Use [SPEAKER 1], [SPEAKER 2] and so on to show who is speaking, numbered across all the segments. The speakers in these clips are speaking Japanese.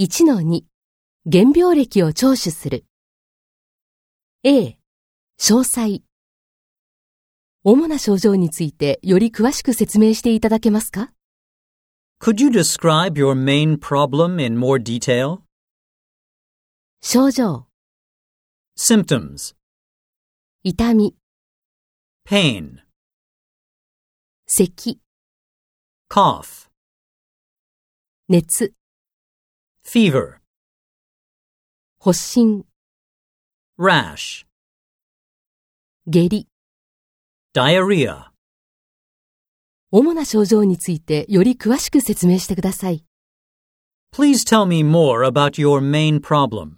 [SPEAKER 1] 1-2原病歴を聴取する A 詳細主な症状についてより詳しく説明していただけますか
[SPEAKER 2] Could you describe your main problem in more detail?
[SPEAKER 1] 症状
[SPEAKER 2] Symptoms
[SPEAKER 1] 痛み
[SPEAKER 2] Pain
[SPEAKER 1] 咳
[SPEAKER 2] Cough
[SPEAKER 1] 熱
[SPEAKER 2] Fever
[SPEAKER 1] 発疹
[SPEAKER 2] Rash
[SPEAKER 1] 下痢
[SPEAKER 2] Diarrhea
[SPEAKER 1] 主な症状についてより詳しく説明してください
[SPEAKER 2] Please tell me more about your main problem.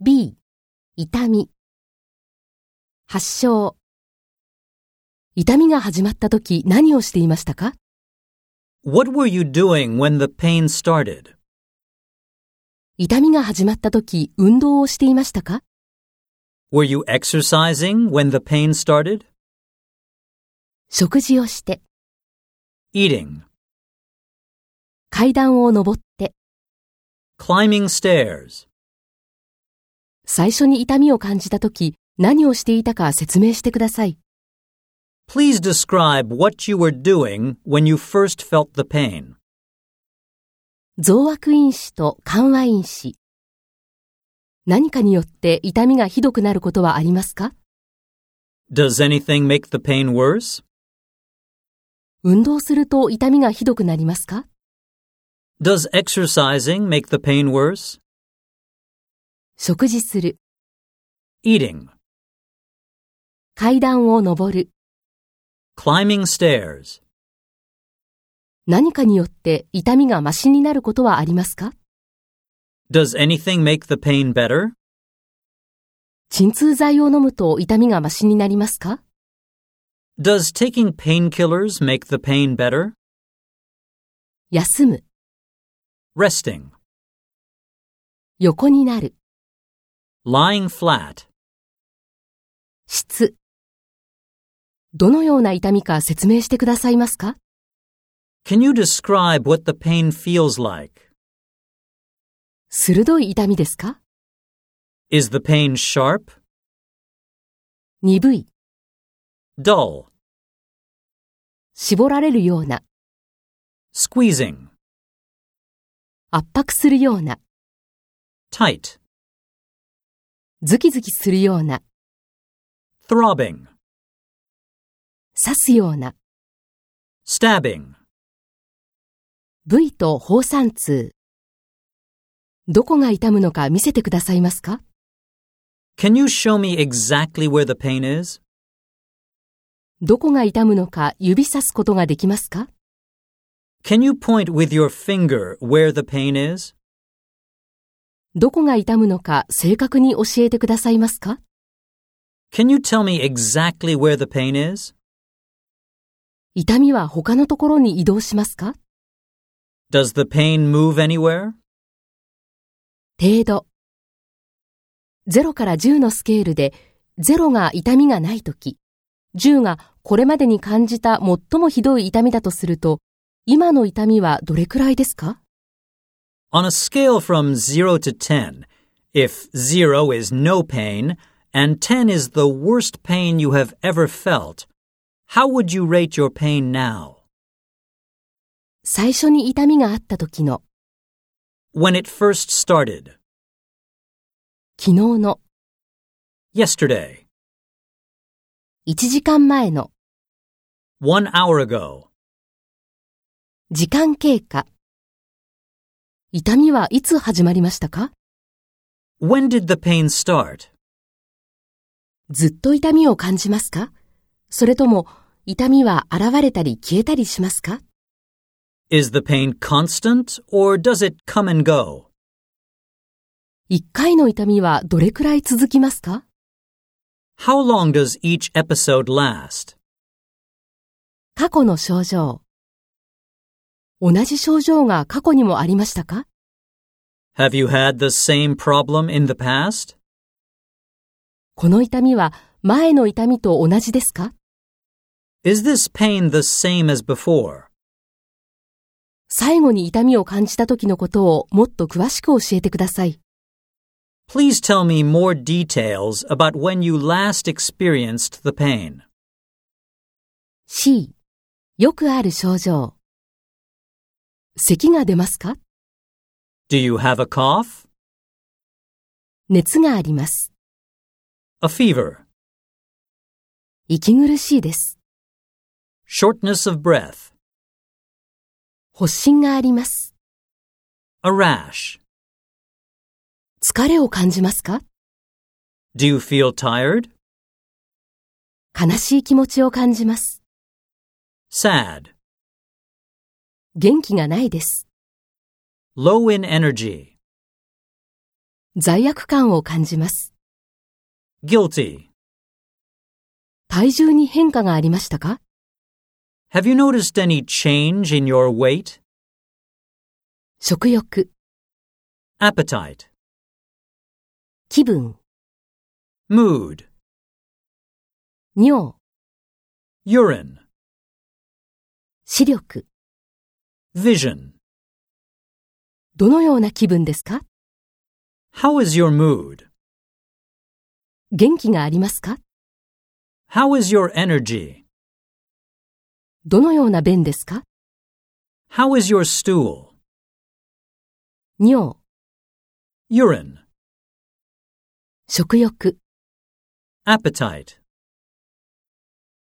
[SPEAKER 1] B 痛み発症痛みが始まった時何をしていましたか
[SPEAKER 2] What were you doing when the pain started?
[SPEAKER 1] 痛みが始まった時運動をしていましたか
[SPEAKER 2] Were you exercising when the pain started?
[SPEAKER 1] 食事をして
[SPEAKER 2] Eating.
[SPEAKER 1] 階段を上って、
[SPEAKER 2] Climbing stairs.
[SPEAKER 1] 最初に痛みを感じたとき、何をしていたか説明してください。
[SPEAKER 2] Please describe what you were doing when you first felt the pain.
[SPEAKER 1] 増悪因子と緩和因子。何かによって痛みがひどくなることはありますか
[SPEAKER 2] Does anything make the pain worse?
[SPEAKER 1] 運動すると痛みがひどくなりますか
[SPEAKER 2] Does exercising make the pain worse?
[SPEAKER 1] 食事する、
[SPEAKER 2] Eating.
[SPEAKER 1] 階段を上る、
[SPEAKER 2] Climbing stairs.
[SPEAKER 1] 何かによって痛みがマシになることはありますか
[SPEAKER 2] Does anything make the pain better?
[SPEAKER 1] 鎮痛剤を飲むと痛みがマシになりますか
[SPEAKER 2] Does taking painkillers make the pain better?
[SPEAKER 1] 休む、
[SPEAKER 2] Resting.
[SPEAKER 1] 横になる、
[SPEAKER 2] Lying flat.
[SPEAKER 1] 質。どのような痛みか説明してくださいますか
[SPEAKER 2] Can you describe what the pain feels like?
[SPEAKER 1] 鋭い痛みですか
[SPEAKER 2] Is the pain sharp?
[SPEAKER 1] 鈍い、
[SPEAKER 2] Dull.
[SPEAKER 1] 絞られるような、
[SPEAKER 2] Squeezing.
[SPEAKER 1] 圧迫するような、
[SPEAKER 2] Tight.
[SPEAKER 1] ズキズキするような、
[SPEAKER 2] Throbbing.
[SPEAKER 1] 刺すような、
[SPEAKER 2] Stabbing.
[SPEAKER 1] 部位と放散痛。どこが痛むのか見せてくださいますか
[SPEAKER 2] Can you show me exactly where the pain is?
[SPEAKER 1] どこが痛むのか指さすことができますか
[SPEAKER 2] Can you point with your finger where the pain is?
[SPEAKER 1] どこが痛むのか正確に教えてくださいますか
[SPEAKER 2] Can you tell me exactly where the pain is?
[SPEAKER 1] 痛みは他のところに移動しますか
[SPEAKER 2] Does the pain move anywhere?
[SPEAKER 1] 程度。0から10のスケールで、0が痛みがないとき、10がこれまでに感じた最もひどい痛みだとすると、今の痛みはどれくらいですか
[SPEAKER 2] On a scale from 0 to 10, if 0 is no pain and 10 is the worst pain you have ever felt, how would you rate your pain now?
[SPEAKER 1] 最初に痛みがあった時の、
[SPEAKER 2] When it first started,
[SPEAKER 1] 昨日の、
[SPEAKER 2] yesterday,
[SPEAKER 1] 1時間前の、
[SPEAKER 2] one hour ago,
[SPEAKER 1] 時間経過。痛みはいつ始まりましたか
[SPEAKER 2] when did the pain start?
[SPEAKER 1] ずっと痛みを感じますかそれとも、痛みは現れたり消えたりしますか
[SPEAKER 2] Is the pain constant or does it come and go?
[SPEAKER 1] 1回の痛みはどれくらい続きますか
[SPEAKER 2] How long does each episode last?
[SPEAKER 1] 過去の症状。同じ症状が過去にもありましたか
[SPEAKER 2] Have you had the same problem in the past?
[SPEAKER 1] この痛みは前の痛みと同じですか
[SPEAKER 2] Is this pain the same as before?
[SPEAKER 1] 最後に痛みを感じた時のことをもっと詳しく教えてください。
[SPEAKER 2] Please tell me more details about when you last experienced the pain.
[SPEAKER 1] C、よくある症状。咳が出ますか
[SPEAKER 2] Do you have a cough?
[SPEAKER 1] 熱があります。
[SPEAKER 2] A fever?
[SPEAKER 1] 息苦しいです。
[SPEAKER 2] Shortness of breath?
[SPEAKER 1] 発疹があります。
[SPEAKER 2] A rash?
[SPEAKER 1] 疲れを感じますか
[SPEAKER 2] Do you feel tired?
[SPEAKER 1] 悲しい気持ちを感じます。
[SPEAKER 2] Sad?
[SPEAKER 1] 元気がないです。
[SPEAKER 2] Low in energy?
[SPEAKER 1] 罪悪感を感じます。
[SPEAKER 2] Guilty?
[SPEAKER 1] 体重に変化がありましたか
[SPEAKER 2] Have you noticed any change in your weight?
[SPEAKER 1] 食欲、
[SPEAKER 2] Appetite?
[SPEAKER 1] 気分、
[SPEAKER 2] Mood?
[SPEAKER 1] 尿、
[SPEAKER 2] Urine?
[SPEAKER 1] 視力、
[SPEAKER 2] Vision?
[SPEAKER 1] どのような気分ですか
[SPEAKER 2] How is your mood?
[SPEAKER 1] 元気がありますか
[SPEAKER 2] How is your energy?
[SPEAKER 1] どのような便ですか
[SPEAKER 2] How is your stool?
[SPEAKER 1] 尿、
[SPEAKER 2] Urine?
[SPEAKER 1] 食欲、
[SPEAKER 2] Appetite?